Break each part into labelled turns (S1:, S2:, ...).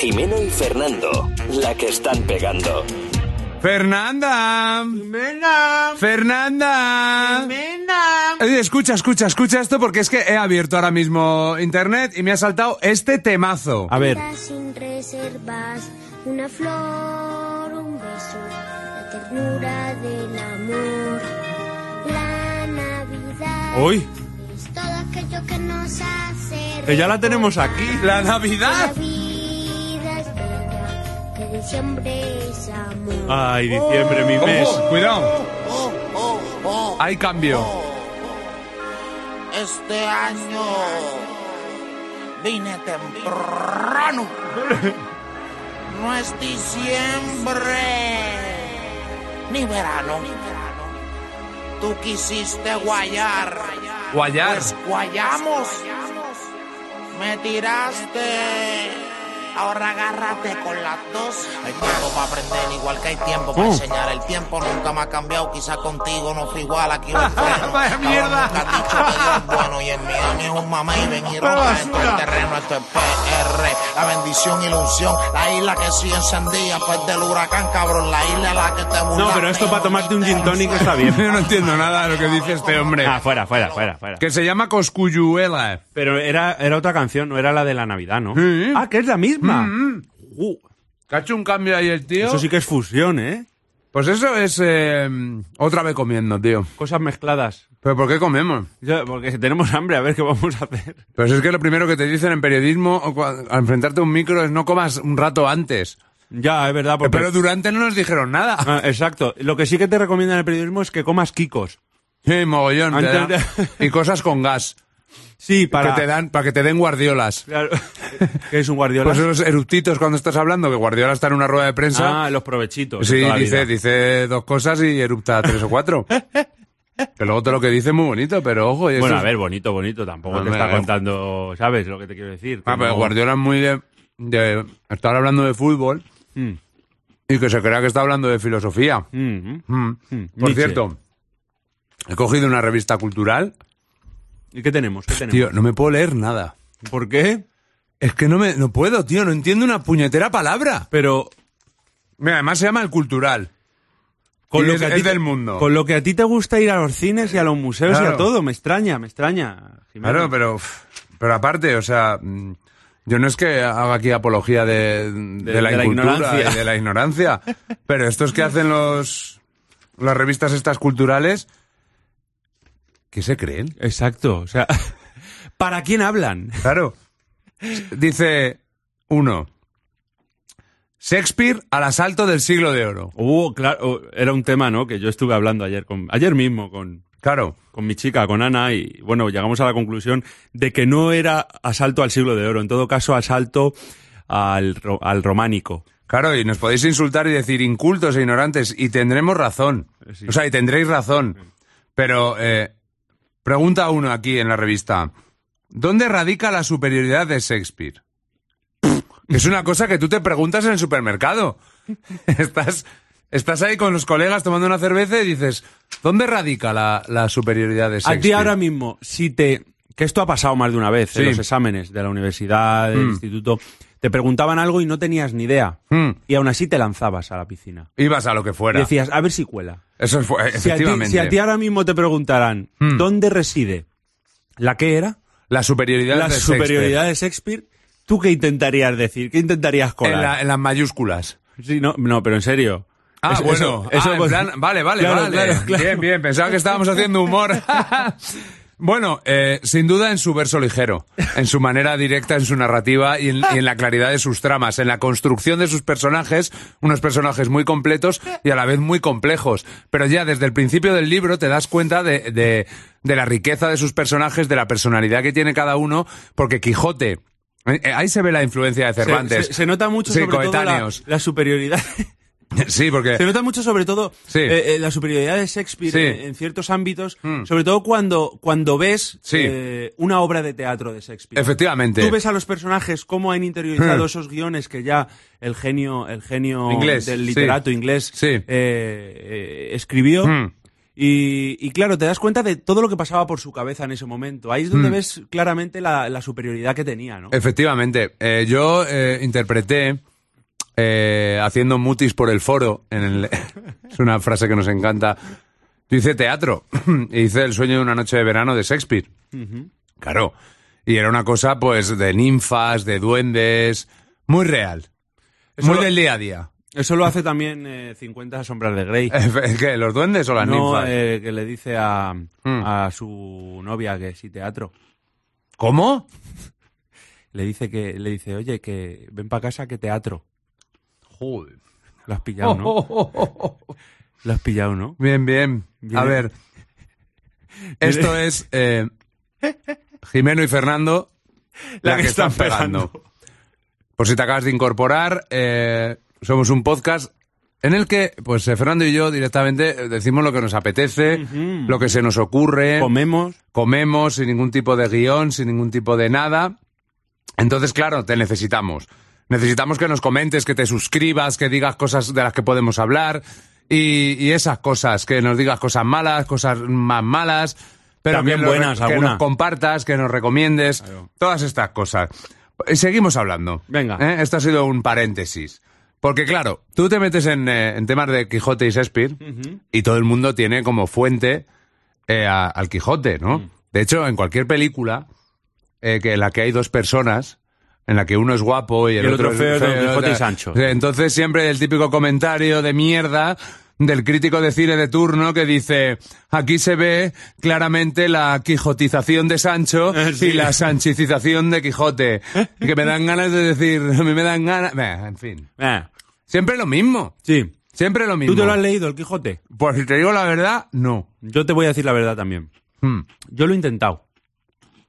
S1: Jimeno y Fernando, la que están pegando.
S2: Fernanda.
S3: Jimena.
S2: Fernanda.
S3: Jimena.
S2: Eh, Escucha, escucha, escucha esto porque es que he abierto ahora mismo internet y me ha saltado este temazo.
S4: A ver.
S5: Sin reservas, una flor, un beso, la ternura del amor. La Navidad
S4: Hoy,
S5: es todo aquello que nos hace.
S4: que ya la tenemos aquí.
S2: La
S5: La
S2: Navidad.
S5: vida es bella, que diciembre es amor.
S4: Ay, diciembre, mi mes.
S2: Ojo, cuidado.
S3: Oh, oh, oh,
S2: Hay cambio.
S3: Este año vine temprano. No es diciembre ni verano. Tú quisiste guayar.
S2: Guayar.
S3: Pues guayamos. Me tiraste. Ahora agárrate con las dos. Oh. Hay tiempo para aprender, igual que hay tiempo para enseñar. El tiempo nunca me ha cambiado, quizá contigo no fue igual. Aquí no hay freno.
S2: Vaya
S3: Cabrón,
S2: mierda.
S3: nunca has dicho que Dios es bueno y el mío ni es un mamá y ven y rompa dentro del terreno. Esto es PR, la bendición y la unción. La isla que sigue encendida, pues del huracán, cabrón. La isla a la que te
S4: No, pero esto para tomarte un gin tonic está bien.
S2: Yo no entiendo nada de lo que dice este hombre.
S4: Ah, fuera, fuera, fuera, fuera.
S2: Que se llama Coscuyuela.
S4: Pero era, era otra canción, no era la de la Navidad, ¿no?
S2: Sí. Mm,
S4: Ah, que es la misma. Uh,
S2: ¿Que ha hecho un cambio ahí el tío?
S4: eso sí que es fusión, ¿eh?
S2: Pues eso es eh, otra vez comiendo, tío.
S4: Cosas mezcladas.
S2: ¿Pero por qué comemos?
S4: Ya, Porque si tenemos hambre, a ver qué vamos a hacer.
S2: Pues es que lo primero que te dicen en periodismo o cua- al enfrentarte a un micro es no comas un rato antes.
S4: Ya, es verdad. Porque...
S2: Pero durante no nos dijeron nada.
S4: Ah, exacto. Lo que sí que te recomiendan en el periodismo es que comas kikos.
S2: Sí, mogollón. te
S4: Antes
S2: dan- Y cosas con gas.
S4: Sí, para...
S2: Que te dan, para que te den guardiolas.
S4: Claro. que es un guardiola.
S2: Pues esos eructitos cuando estás hablando, que Guardiola está en una rueda de prensa.
S4: ah, los provechitos. de
S2: sí,
S4: toda la
S2: dice,
S4: vida.
S2: dice dos cosas y erupta tres o cuatro. Que luego te lo que dice es muy bonito, pero ojo. y eso
S4: Bueno, a
S2: es-
S4: ver, bonito, bonito. Tampoco
S2: Ah,
S4: te
S2: me
S4: está
S2: la-
S4: contando, ¿sabes lo que te quiero decir?
S2: Ah,
S4: Que
S2: pero
S4: no-
S2: Guardiola es muy de, de estar hablando de fútbol
S4: Mm,
S2: y que se crea que está hablando de filosofía.
S4: mm, mm.
S2: Mm. Por
S4: Nietzsche.
S2: cierto, he cogido una revista cultural.
S4: ¿Y qué tenemos? ¿Qué tenemos?
S2: Tío, no me puedo leer nada.
S4: ¿Por qué?
S2: Es que no me no puedo, tío, no entiendo una puñetera palabra.
S4: Pero
S2: Mira, además se llama el cultural. Y es- es
S4: te-
S2: del mundo.
S4: Con lo que a ti te gusta ir a los cines y a los museos y
S2: Claro.
S4: a todo, me extraña, me extraña. Jimeno.
S2: Claro, pero uf, pero aparte, o sea, mm, yo no es que haga aquí apología de, de
S4: de
S2: la
S4: la
S2: incultura
S4: ignorancia.
S2: y de la ignorancia, pero estos que hacen los las revistas estas culturales ¿qué se creen?
S4: Exacto, o sea, ¿para quién hablan?
S2: Claro. Dice uno. Shakespeare al asalto del siglo de oro.
S4: Uh, claro, oh, era un tema, ¿no? Que yo estuve hablando ayer con ayer mismo con
S2: Claro.
S4: con mi chica, con Ana, y bueno, llegamos a la conclusión de que no era asalto al siglo de oro, en todo caso asalto al, ro- al románico.
S2: Claro, y nos podéis insultar y decir incultos e ignorantes, y tendremos razón.
S4: Sí.
S2: O sea, y tendréis razón. Pero, eh, pregunta uno aquí en la revista. ¿Dónde radica la superioridad de Shakespeare? Que es una cosa que tú te preguntas en el supermercado. Estás, estás ahí con los colegas tomando una cerveza y dices, ¿dónde radica la, la superioridad de Shakespeare?
S4: A ti ahora mismo, si te... Que esto ha pasado más de una vez,
S2: Sí. Hmm.
S4: en los exámenes de la universidad, del instituto, te preguntaban algo y no tenías ni idea.
S2: Mm.
S4: Y aún así te lanzabas a la piscina.
S2: Ibas a lo que fuera.
S4: Decías, a ver si cuela.
S2: Eso fue,
S4: Si a, ti,
S2: efectivamente.
S4: si a ti ahora mismo te preguntaran,
S2: Mm.
S4: ¿dónde reside la que era?
S2: la superioridad
S4: La
S2: de Shakespeare.
S4: superioridad de Shakespeare. ¿Tú qué intentarías decir? ¿Qué intentarías colar?
S2: En, la- en las mayúsculas.
S4: Sí, no, no, pero en serio.
S2: Ah,
S4: Eso-
S2: bueno.
S4: eso-
S2: Ah, en
S4: eso-
S2: plan- vale, vale,
S4: Claro,
S2: vale.
S4: claro, claro.
S2: Bien, bien. Pensaba que estábamos haciendo humor. bueno, eh, sin duda en su verso ligero, en su manera directa, en su narrativa y en, y en la claridad de sus tramas, en la construcción de sus personajes, unos personajes muy completos y a la vez muy complejos. Pero ya desde el principio del libro te das cuenta de, de- de la riqueza de sus personajes, de la personalidad que tiene cada uno, porque Quijote. eh, eh, Ahí se ve la influencia de
S4: Se,
S2: Cervantes.
S4: se- se nota mucho
S2: Sí,
S4: sobre todo la,
S2: coetáneos.
S4: la superioridad.
S2: Sí, porque...
S4: se nota mucho sobre todo
S2: Sí.
S4: eh, eh, la superioridad de Shakespeare
S2: Sí.
S4: en, en ciertos ámbitos,
S2: Mm.
S4: sobre todo cuando, cuando ves
S2: Sí.
S4: eh, una obra de teatro de Shakespeare.
S2: Efectivamente.
S4: Tú ves a los personajes cómo han interiorizado
S2: Hmm.
S4: esos guiones que ya el genio, el genio
S2: Inglés,
S4: del
S2: sí.
S4: literato inglés
S2: Sí.
S4: eh, eh, escribió.
S2: Hmm.
S4: Y, y claro, te das cuenta de todo lo que pasaba por su cabeza en ese momento. Ahí es
S2: Hmm.
S4: donde ves claramente la, la superioridad que tenía, ¿no?
S2: Efectivamente. Eh, yo eh, interpreté eh, haciendo mutis por el foro. En el, es una frase que nos encanta. Yo hice teatro. y hice El sueño de una noche de verano de Shakespeare. Claro. Y era una cosa, pues, de ninfas, de duendes. Muy real.
S4: Eso
S2: muy
S4: lo-
S2: del día a día.
S4: Eso lo hace también eh, 50 sombras de Grey.
S2: Es que ¿Los duendes o las
S4: no,
S2: ninfas?
S4: eh, que le dice a, a su novia que sí teatro.
S2: ¿Cómo?
S4: Le dice que le dice, "Oye, que ven para casa que teatro."
S2: Joder.
S4: Lo has pillado, ¿no? Lo has pillado, ¿no?
S2: Bien, bien,
S4: Bien.
S2: A ver. Esto es eh, Jimeno y Fernando, la, que, están, pegando. Por si te acabas de incorporar, eh, somos un podcast en el que, pues eh, Fernando y yo directamente eh, decimos lo que nos apetece, lo que se nos ocurre,
S4: Eh, Comemos.
S2: comemos sin ningún tipo de guión, sin ningún tipo de nada. Entonces, claro, te necesitamos. Necesitamos que nos comentes, que te suscribas, que digas cosas de las que podemos hablar y, y esas cosas, que nos digas cosas malas, cosas más malas, pero
S4: También
S2: que, lo-
S4: buenas,
S2: que
S4: alguna.
S2: nos compartas, que nos recomiendes, todas estas cosas. Y seguimos hablando.
S4: Venga.
S2: ¿eh? Esto ha sido un paréntesis. Porque claro, tú te metes en, eh, en temas de Quijote y Shakespeare y todo el mundo tiene como fuente eh, a- al Quijote, ¿no?
S4: Mm.
S2: De hecho, en cualquier película eh, que en la que hay dos personas, en la que uno es guapo y el,
S4: Y el otro feo,
S2: es
S4: es don Quijote y
S2: o sea,
S4: Sancho.
S2: eh, Entonces siempre el típico comentario de mierda del crítico de cine de turno que dice aquí se ve claramente la quijotización de Sancho
S4: Eh, sí.
S2: y la sanchicización de Quijote que me dan ganas de decir a mí me dan ganas Bah, en fin
S4: Ah,
S2: siempre lo mismo
S4: sí.
S2: siempre lo mismo
S4: ¿Tú te lo has leído el Quijote?
S2: pues si te digo la verdad no
S4: Yo te voy a decir la verdad también.
S2: Hmm.
S4: Yo lo he intentado.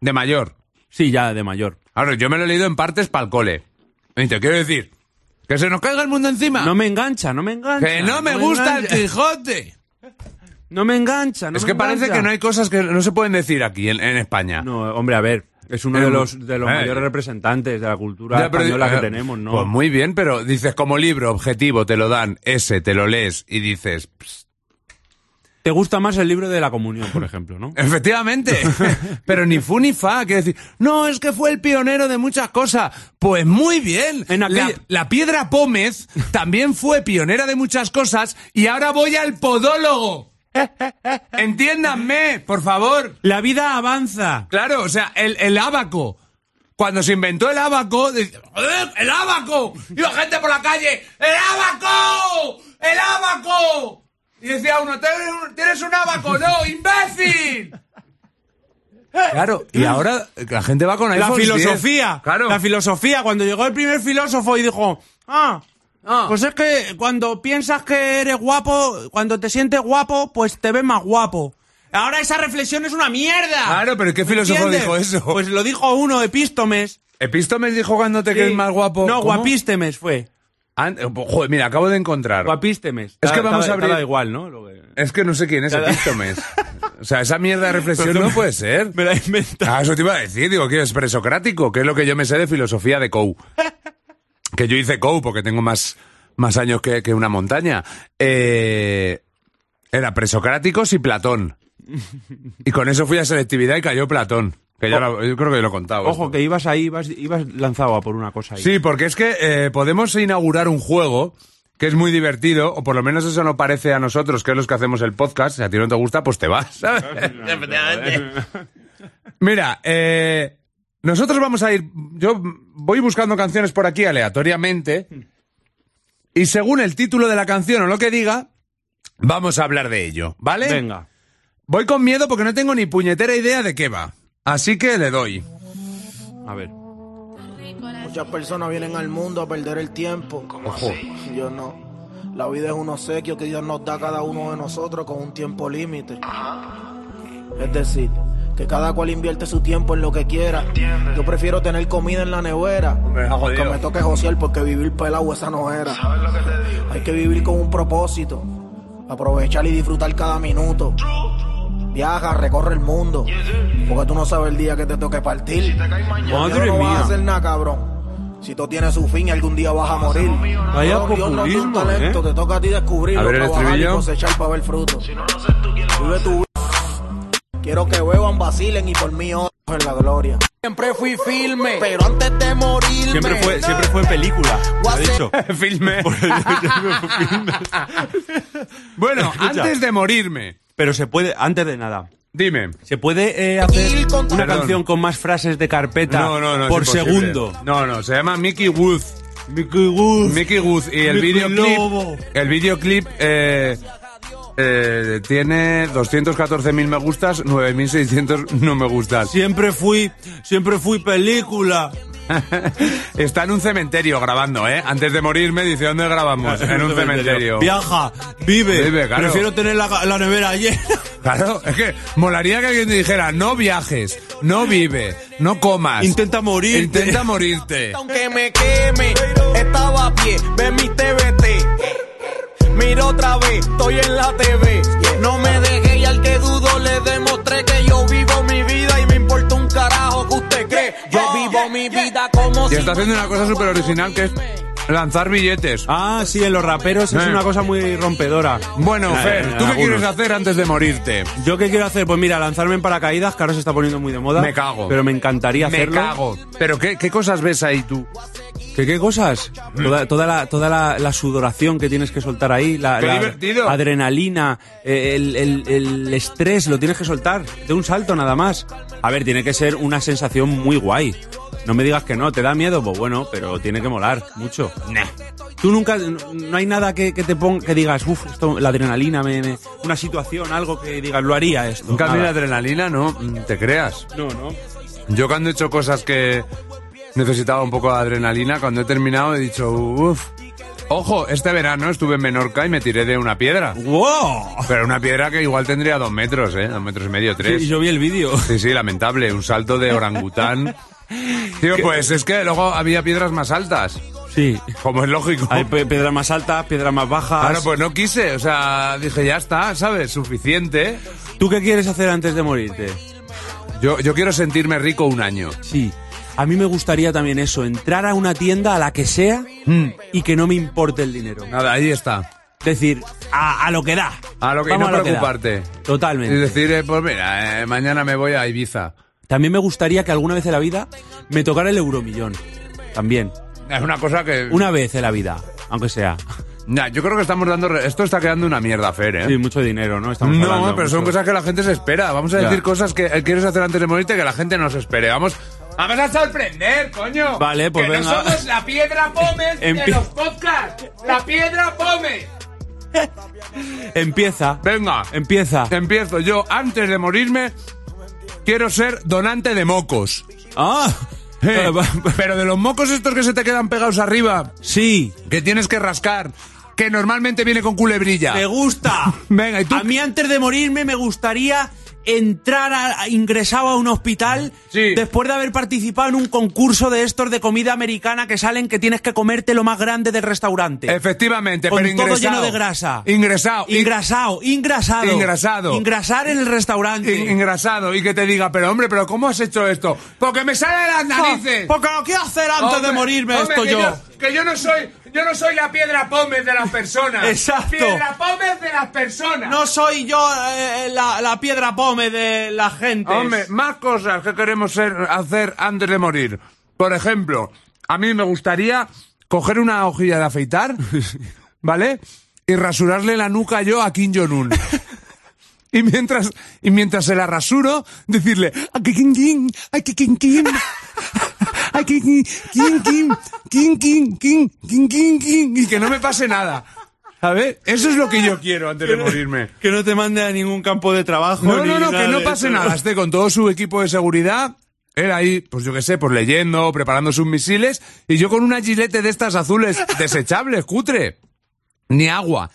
S2: de mayor
S4: Sí, ya de mayor.
S2: Ahora, yo me lo he leído en partes para el cole. Y te quiero decir, que se nos caiga el mundo encima.
S4: No me engancha, Ah. no me engancha.
S2: que no me gusta el
S4: engancha.
S2: Quijote.
S4: No me engancha, no
S2: es
S4: me
S2: que parece
S4: engancha.
S2: que no hay cosas que no se pueden decir aquí en, en España.
S4: No, hombre, a ver, es uno de
S2: Eh,
S4: los, de los
S2: eh.
S4: mayores representantes de la cultura
S2: Ya, pero-
S4: española
S2: eh,
S4: que tenemos, ¿no?
S2: Pues muy bien, pero dices como libro objetivo, te lo dan ese, te lo lees y dices, "Psst,
S4: Te gusta más el libro de la comunión, por ejemplo, ¿no?
S2: efectivamente, pero ni fu ni fa, quiere decir, no, es que fue el pionero de muchas cosas. Pues muy bien,
S4: En aquella-
S2: la, la piedra Pómez también fue pionera de muchas cosas y ahora voy al podólogo. Entiéndanme, por favor.
S4: La vida avanza.
S2: Claro, o sea, el, el abaco. Cuando se inventó el abaco, de- ¡Eh, ¡el abaco! Y la gente por la calle, ¡el abaco! ¡El abaco! Y decía uno, "Tienes un- ¿tienes un abaco? ¡No, imbécil! Claro, y ahora eh, la gente va con
S4: La filosofía.
S2: ¿eh? Claro.
S4: La filosofía. Cuando llegó el primer filósofo y dijo, ah,
S2: Ah.
S4: pues es que cuando piensas que eres guapo, cuando te sientes guapo, pues te ves más guapo. Ahora esa reflexión es una mierda.
S2: Claro, pero ¿qué filósofo
S4: ¿Entiendes?
S2: dijo eso?
S4: Pues lo dijo uno, Epístomes.
S2: Epístomes dijo cuando te crees
S4: Sí.
S2: más guapo.
S4: No,
S2: ¿Cómo?
S4: Guapístemes fue.
S2: An- eh, joder, mira, acabo de encontrar.
S4: Guapístemes.
S2: Es que vamos a abrir-
S4: Da igual, ¿no? Lo que-
S2: Es que no sé quién es Epístomes. O sea, esa mierda de reflexión no puede ser.
S4: Me la he inventado.
S2: Ah, eso te iba a decir, digo, que es presocrático, que es lo que yo me sé de filosofía de Coe. Que yo hice Coe porque tengo más, más años que, que una montaña. Eh, era presocráticos y Platón. Y con eso fui a selectividad y cayó Platón. Que ya lo- yo creo que yo lo he contado.
S4: Ojo,
S2: esto.
S4: que ibas ahí, ibas, ibas lanzado a por una cosa ahí.
S2: Pues Sí, porque es que eh, podemos inaugurar un juego que es muy divertido, o por lo menos eso no parece a nosotros, que es los que hacemos el podcast. Si a ti no te gusta, pues te vas, ¿sabes? Mira, eh, nosotros vamos a ir. Yo voy buscando canciones por aquí aleatoriamente. Y según el título de la canción o lo que diga, vamos a hablar de ello, ¿vale?
S4: Venga.
S2: Voy con miedo porque no tengo ni puñetera idea de qué va. Así que le doy.
S4: A ver.
S6: Muchas personas vienen al mundo a perder el tiempo. Yo no. La vida es un obsequio que Dios nos da a cada uno de nosotros con un tiempo límite. Es decir, que cada cual invierte su tiempo en lo que quiera. Yo prefiero tener comida en la nevera. que me toque social porque vivir pelado esa no era. Hay que vivir con un propósito. Aprovechar y disfrutar cada minuto. Viaja, recorre el mundo. Porque tú no sabes el día que te toque partir. Porque tú
S4: Madre
S6: no vas a
S4: mía.
S6: hacer nada, cabrón. Si todo tiene su fin y algún día vas a morir.
S4: Vaya
S6: Todo Dios nos dio
S4: populismo,
S6: un talento,
S4: ¿eh?
S6: Te toca a ti descubrirlo,
S2: A ver el
S6: trabajar y
S2: estribillo.
S6: cosechar para ver fruto. Vive tu vida. Quiero que beban, vacilen y por mí otros en la gloria. Siempre fui firme, pero antes de morirme.
S4: Siempre fue, siempre fue película, ha dicho.
S2: Filme. bueno,
S4: Escucha.
S2: antes de morirme,
S4: Pero se puede, antes de nada,
S2: ¿se
S4: ¿se puede eh, hacer una
S2: Perdón.
S4: canción con más frases de carpeta
S2: No, no, no. es
S4: por
S2: imposible.
S4: segundo?
S2: No, no, se llama Mickey Wood.
S4: Mickey Wood.
S2: Mickey Wood. Y el
S4: Mickey
S2: videoclip.
S4: Lobo.
S2: El videoclip eh, eh, tiene 214.000 me gustas, 9.600 no me gustas.
S4: Siempre fui, siempre fui película.
S2: Está en un cementerio grabando, ¿eh? Antes de morirme, dice: ¿Dónde grabamos? en un cementerio.
S4: Viaja, vive.
S2: Vive, claro.
S4: Prefiero tener la, la nevera llena.
S2: Claro, es que molaría que alguien te dijera: no viajes, no vive, no comas.
S4: Intenta morirte.
S2: Intenta morirte.
S3: Aunque me queme, estaba a pie, ve mi TVT. Miro otra vez, estoy en la TV. No me dejé y al que dudo le demostré que yo vivo mi vida y me importa un carajo que usted cree. Yo vivo mi vida como
S2: Y
S3: si
S2: está haciendo una cosa súper original que es lanzar billetes.
S4: Ah, sí, en los raperos es
S2: Eh.
S4: una cosa muy rompedora.
S2: Bueno,
S4: Eh,
S2: Fer, ¿tú qué
S4: algunos.
S2: quieres hacer antes de morirte?
S4: ¿Yo qué quiero hacer? Pues mira, lanzarme en paracaídas, que ahora se está poniendo muy de moda.
S2: Me cago.
S4: Pero me encantaría hacerlo.
S2: ¿Pero qué, qué cosas ves ahí tú?
S4: ¿Qué, qué cosas? Toda, toda, la, toda la, la sudoración que tienes que soltar ahí, la,
S2: ¡Qué
S4: la
S2: divertido!
S4: adrenalina, eh, el, el- el estrés, lo tienes que soltar de un salto nada más. A ver, tiene que ser una sensación muy guay. No me digas que no, ¿te da miedo? Pues bueno, pero tiene que molar mucho. Tú nunca, n- no hay nada que, que te ponga, que digas, uff, esto, la adrenalina, me, me- una situación, algo que digas, lo haría esto.
S2: Nunca de
S4: Nada.
S2: adrenalina, no, mm, te creas.
S4: No, no.
S2: Yo cuando he hecho cosas que necesitaba un poco de adrenalina, cuando he terminado he dicho, uff. Ojo, este verano estuve en Menorca y me tiré de una piedra.
S4: ¡Wow!
S2: Pero una piedra que igual tendría dos metros, ¿eh? Dos metros y medio, tres.
S4: Sí, yo vi el vídeo.
S2: Sí, sí, lamentable. Un salto de orangután. Tío, pues es que luego había piedras más altas.
S4: Sí.
S2: Como es lógico.
S4: Hay pe- piedras más altas, piedras más bajas.
S2: Ahora pues no quise, o sea, dije ya está, ¿sabes? Suficiente.
S4: ¿Tú qué quieres hacer antes de morirte?
S2: Yo, yo quiero sentirme rico un año.
S4: Sí. A mí me gustaría también eso, entrar a una tienda, a la que sea, y que no me importe el dinero.
S2: Nada, ahí está.
S4: Decir, a, a lo que da.
S2: A lo que, y
S4: Vamos
S2: no
S4: a lo que da.
S2: preocuparte. Y
S4: Totalmente.
S2: decir, eh, pues mira, eh, mañana me voy a Ibiza.
S4: También me gustaría que alguna vez en la vida me tocara el euromillón. También.
S2: Es una cosa que...
S4: Una vez en la vida, aunque sea.
S2: Nah, yo creo que estamos dando... re- Esto está quedando una mierda, Fer, ¿eh?
S4: Sí, mucho dinero, ¿no? Estamos
S2: no,
S4: hablando
S2: pero son
S4: mucho.
S2: cosas que la gente se espera. Vamos a
S4: Ya.
S2: decir cosas que eh, quieres hacer antes de morirte que la gente no se espere. Vamos... Vamos a sorprender, coño.
S4: Vale, pues
S2: que no
S4: venga.
S2: somos la piedra Pómez de
S4: Empie-
S2: los podcasts. La piedra Pómez.
S4: Empieza,
S2: Venga.
S4: empieza.
S2: Empiezo yo, antes de morirme, quiero ser donante de mocos.
S4: ¡Ah!
S2: Eh, pero de los mocos estos que se te quedan pegados arriba,
S4: Sí,
S2: que tienes que rascar, que normalmente viene con culebrilla.
S4: Me gusta.
S2: Venga, ¿y tú?
S4: A mí antes de morirme me gustaría entrar a, a- ingresado a un hospital
S2: Sí.
S4: después de haber participado en un concurso de estos de comida americana que salen que tienes que comerte lo más grande del restaurante.
S2: Efectivamente,
S4: con
S2: pero
S4: todo
S2: ingresado.
S4: lleno de grasa.
S2: Ingresado. y-
S4: Ingrasado, ingrasado.
S2: Ingrasado.
S4: Ingrasar en el restaurante.
S2: y- Engrasado y que te diga, pero hombre, pero ¿cómo has hecho esto? Porque me sale de las narices.
S4: Porque lo quiero hacer antes
S2: Hombre,
S4: de morirme
S2: hombre,
S4: esto
S2: que
S4: yo.
S2: Que yo no soy, yo no soy la piedra pómez de las personas.
S4: Exacto.
S2: Piedra pómez de las personas.
S4: No soy yo eh, la, la piedra pome de la gente.
S2: Hombre, más cosas que queremos ser- hacer antes de morir. Por ejemplo, a mí me gustaría coger una hojilla de afeitar, ¿vale? Y rasurarle la nuca yo a Kim Jong-un. Y mientras, y mientras se la rasuro, decirle, a que Kim Kim, a que Kim Kim, a que Kim Kim, Kim Kim, Kim Kim, Kim Kim Kim", y que no me pase nada. A ver, eso es lo que yo quiero antes de morirme.
S4: Que no te mande a ningún campo de trabajo.
S2: No,
S4: ni
S2: no, no,
S4: nada
S2: que no
S4: de
S2: pase
S4: eso.
S2: nada. Esté con todo su equipo de seguridad. Él ahí, pues yo qué sé, pues leyendo, preparando sus misiles. Y yo con una gilete de estas azules desechables, cutre. Ni agua.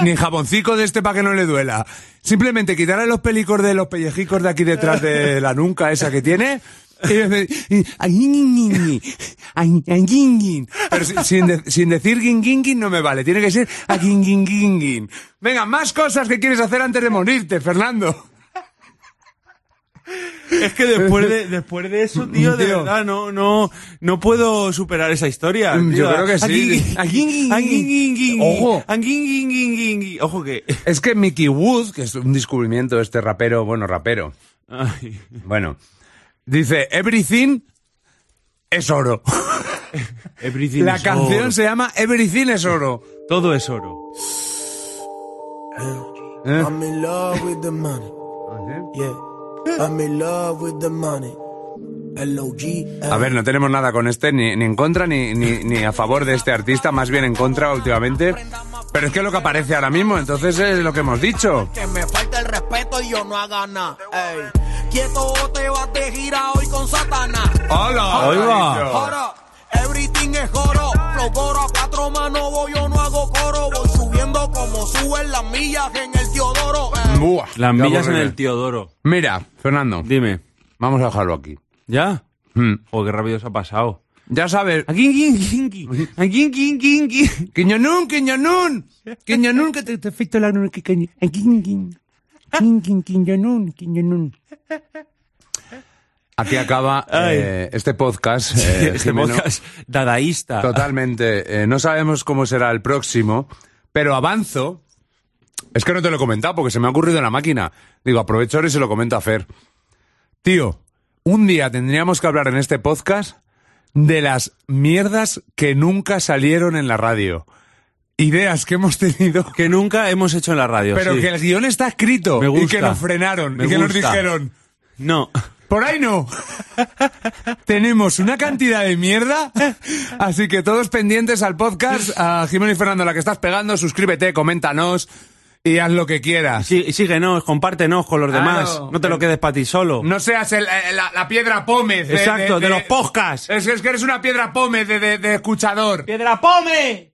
S2: Ni jaboncico de este para que no le duela. Simplemente quitarle los pelicos de los pellejicos de aquí detrás de la nuca esa que tiene. Y decir, y- ay, ñin, ñin, ñin, ay, ay, ñin, ñin. Pero si- sin, de- sin decir guin, guin, guin no me vale. Tiene que ser a guin, guin, guin, guin. Venga, más cosas que quieres hacer antes de morirte, Fernando.
S4: Es que después de, después de eso, tío, de
S2: Tío.
S4: verdad, no, no, no puedo superar esa historia.
S2: Mm,
S4: tío.
S2: yo creo que sí.
S4: Angui-
S2: Angui-
S4: angui-
S2: Ojo.
S4: angui- angui- angui- Ojo que.
S2: Es que Mickey Woods, que es un descubrimiento este rapero, bueno, rapero,
S4: Ay.
S2: bueno, dice, everything es oro.
S4: Everything
S2: La
S4: is
S2: canción
S4: oro.
S2: se llama Everything es oro.
S4: Todo es oro.
S2: ¿Eh?
S6: I'm in love with the money. Yeah. I'm in love with the money. L.O.G.
S2: A ver, no tenemos nada con este, ni, ni en contra ni, ni, ni a favor de este artista, más bien en contra últimamente. Pero es que es lo que aparece ahora mismo, entonces es lo que hemos dicho.
S3: Que me falta el respeto y yo no haga nada. Ey. Quieto o te vas de gira hoy con Satanás.
S2: ¡Hola!
S4: Ahí va.
S3: Joro, everything es joro. Flow coro a cuatro manos, voy, yo no hago coro. Voy subiendo como suben las millas en el Teodoro. eh.
S2: Buah,
S4: Las
S2: qué
S4: millas en
S2: aburrido.
S4: el Teodoro.
S2: Mira, Fernando,
S4: Dime.
S2: vamos a dejarlo aquí.
S4: ¿Ya?
S2: Mm.
S4: Ojo, qué rápido se ha pasado.
S2: Ya sabes,
S4: Angui- angui- angui- angui- angui- angui- angui.
S2: Quiñonún, Quiñonún, Quiñonún, que te, te feito la nuna que caña. Quiñonún, Quiñonún. Aquí acaba eh, este podcast. eh,
S4: Este
S2: Jimeno.
S4: podcast dadaísta.
S2: Totalmente. Eh, no sabemos cómo será el próximo, pero avanzo. Es que no te lo he comentado porque se me ha ocurrido en la máquina. Digo, aprovecho ahora y se lo comento a Fer. Tío, un día tendríamos que hablar en este podcast de las mierdas que nunca salieron en la radio. Ideas que hemos tenido,
S4: Que nunca hemos hecho en la radio.
S2: pero
S4: sí.
S2: que el guión está escrito
S4: Me
S2: y
S4: gusta.
S2: que nos frenaron
S4: Me
S2: y que nos
S4: gusta.
S2: dijeron,
S4: No.
S2: por ahí no. Tenemos una cantidad de mierda. Así que todos pendientes al podcast. A Jimeno y Fernando, la que estás pegando, suscríbete, coméntanos y haz lo que quieras.
S4: Sí, síguenos, compártenos con los
S2: Claro.
S4: demás. No te lo quedes para ti solo.
S2: No seas el- eh, la, la piedra pómez.
S4: Exacto, de los podcasts.
S2: Es, es que eres una piedra pómez de, de- de escuchador.
S4: ¡Piedra Pome!